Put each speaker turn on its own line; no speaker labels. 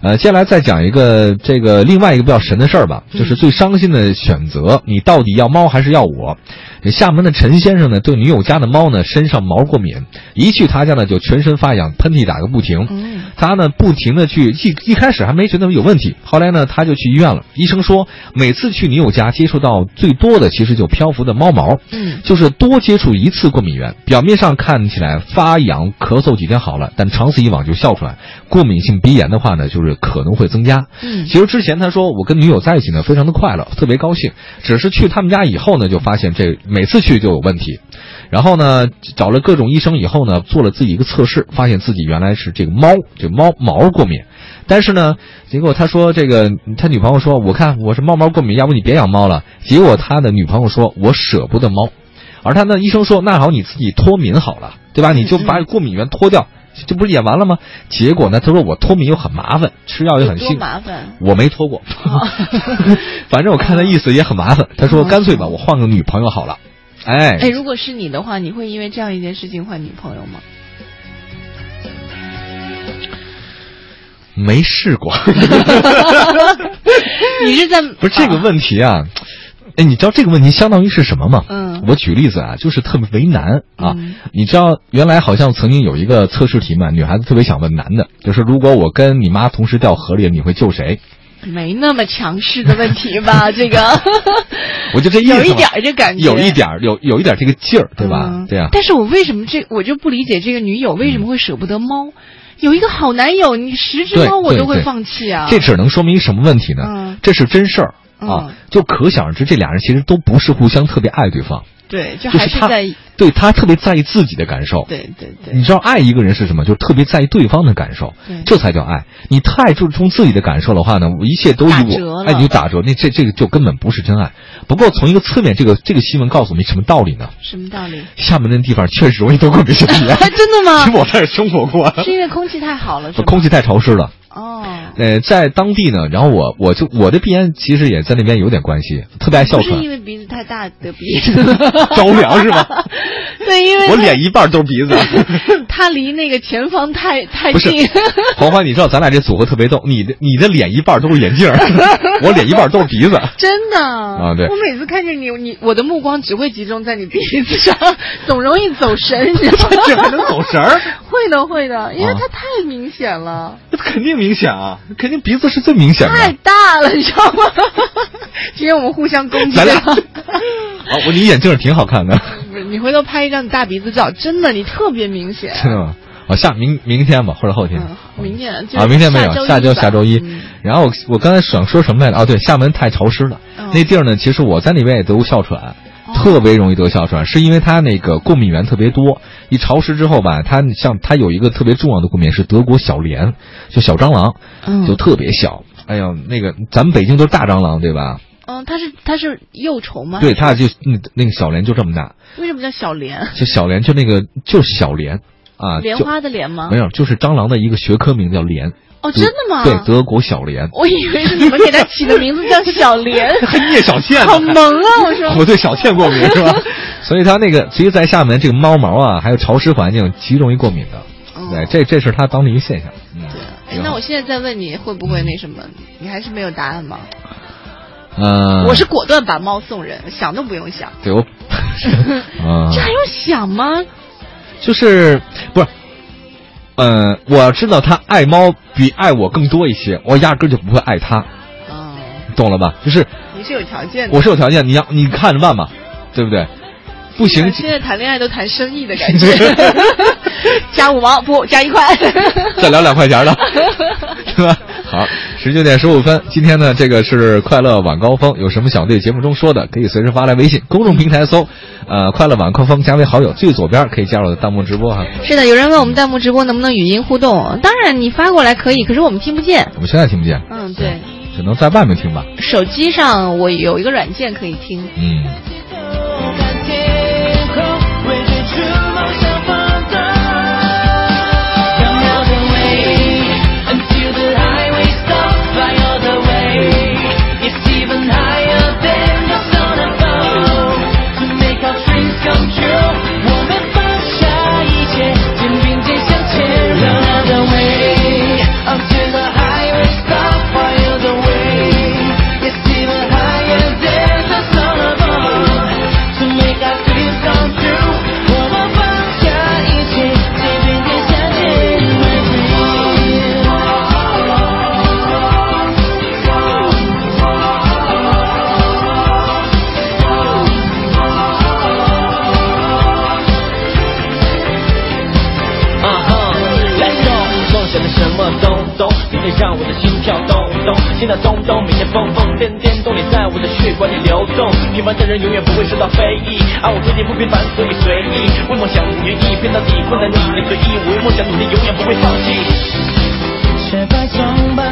呃，接下来再讲一个这个另外一个比较神的事儿吧，就是最伤心的选择，你到底要猫还是要我？厦门的陈先生呢，对女友家的猫呢身上毛过敏，一去他家呢就全身发痒，喷嚏打个不停。
嗯
他呢不停的去一一开始还没觉得有问题，后来呢他就去医院了，医生说每次去女友家接触到最多的其实就漂浮的猫毛，
嗯
就是多接触一次过敏源，表面上看起来发痒咳嗽几天好了，但长此以往就笑出来，过敏性鼻炎的话呢，就是可能会增加。
嗯
其实之前他说我跟女友在一起呢，非常的快乐，特别高兴。只是去他们家以后呢，就发现这每次去就有问题。然后呢，找了各种医生以后呢，做了自己一个测试，发现自己原来是这个猫，这个猫毛过敏。但是呢，结果他说这个他女朋友说，我看我是猫毛过敏，要不你别养猫了。结果他的女朋友说，我舍不得猫，而他呢，医生说那好，你自己脱敏好了，对吧？你就把过敏源脱掉。这不是演完了吗？结果呢？他说我脱敏又很麻烦，吃药又很
多
辛苦，
麻烦，
我没脱过， 反正我看他意思也很麻烦。他说干脆吧，我换个女朋友好了。哎
哎，，如果是你的话，你会因为这样一件事情换女朋友 吗？
没试过，
你是在
不是这个问题啊。哎，你知道这个问题相当于是什么吗？
嗯
我举例子啊，就是特别为难啊。
嗯
你知道原来好像曾经有一个测试题嘛，女孩子特别想问男的，就是如果我跟你妈同时掉河里，你会救谁？
没那么强势的问题吧？这个
我就这意思嘛
有一点儿这感觉，
有一点儿有有一点儿这个劲儿，对吧？
嗯
对啊呀、
但是我为什么这我就不理解这个女友为什么会舍不得猫？有一个好男友，你十只
对
猫我
对
都会
对
放弃啊！
这只能说明什么问题呢？
嗯
这是真事儿啊
嗯，
就可想而知，这俩人其实都不是互相特别爱对方，
对，就
就
还是
他
在
对他特别在意自己的感受。
对对对
你知道爱一个人是什么？就是特别在意对方的感受
对，
这才叫爱。你太注重自己的感受的话呢，一切都以
打折
我
了
哎你就打折，那这这个就根本不是真爱。不过从一个侧面，这个这个新闻告诉我们什么道理呢？
什么道 理？
厦门那地方确实容易得过敏性 鼻炎，
哎，真的
其实
吗？
我在这儿生活过，
是因为空气太好了，是吧
空气太潮湿了。
哦，
呃，在当地呢，然后我我就我的鼻炎其实也在那边有点关系，特别爱哮
不是因
喘，
为鼻子太大得鼻 子，
着凉 是吧？
对，因为
我脸 一半都是鼻子。
他离那个前方太太
不是
近，
黄欢，你知道咱俩这组合特别逗，你的你的脸一半都是眼镜 儿，我脸一半都是鼻 子。
真的
啊
啊
对
我每次看见你，你我的目光只会集中在你鼻子上，总容易走神，你知 道吗？
这还能走神儿？
会的，会的，因为
啊
它太明显了，
那肯定明显啊，肯定鼻子是最明显
太
的。
大了，你知道吗？ 今天我们互相攻 击
咱俩
了。
啊，我你眼镜儿挺 好看 的，
不是 你回头拍一张你大鼻子照，真的，你特别明显。
真的吗？啊，下明明天吧，或者后天
嗯，明天就是
啊，明天没有，
下
下
周
周
一吧
下周一
嗯。
然后我刚才想说什么来着？哦，对，厦门太潮湿了
嗯。哦
那地儿呢，其实我在那边也得过哮喘，特别容易得哮喘，是因为它那个过敏源特别多。一潮湿之后吧，它像它有一个特别重要的过敏是德国小蠊，就小蟑螂，
嗯
就特别小。哎呀，那个咱们北京都是大蟑螂对吧？
嗯，它是它是幼虫吗？
对，它就那那个小蠊就这么大，
为什么叫小莲？
就小蠊就那个就是小蠊啊，
莲
就
花的莲吗
没？有，就是蟑螂的一个学科名叫蠊。
哦，真的吗？
对，德国小蠊。
我以为是你们给它起的名字叫 小莲，
还聂小倩
好 萌啊！我说，
我对小倩 过敏是吧？所以它那个，其实，在厦门这个猫毛啊，还有潮湿环境，极容易过敏的。
哦
对，这这是它当地一个现象。嗯，
对啊哎那我现在再问你，会不会那什么？你还是没有答案吗？
呃，
我是果断把猫送人，想都不用想。
对 我，啊
这，还用想吗？
就是不是。嗯，我知道它爱猫比爱我更多一些，我压根儿就不会爱它，
哦，
懂了吧？就是
你是有条件的。
我是有条件，你要你看着办吧，对不对？不行，
现在谈恋爱都谈生意的感觉， 加五毛不加 一块。
再聊两块钱的，对吧？好，十九点十五分，今天呢，这个是快乐晚高峰，有什么想对节目中说的，可以随时发来微信公众平台搜，呃，快乐晚高峰加为好友，最左边可以加入我的弹幕直播哈。
是的，有人问我们弹幕直播能不能语音互动，当然你发过来可以，可是我们听不见。
我们现在听不见，
嗯，对，
只能在外面听吧。
手机上我有一个软件可以听。
嗯。
看天空，为追逐梦想放纵。Come all the way until the highway stops by all the way. It's even higher than the sun above. To make our dreams come true，我们放下一切，肩并肩向前。Come all the way until the highway 让我的心跳动一动，心跳咚咚，每天疯疯癫癫，动力在我的血管里流动。平凡的人永远不会受到非议，而我注定不平凡，所以随意。为梦想努力，拼到底，困难你也可以。我为梦想努力，永远不会放弃。
雪白洁白。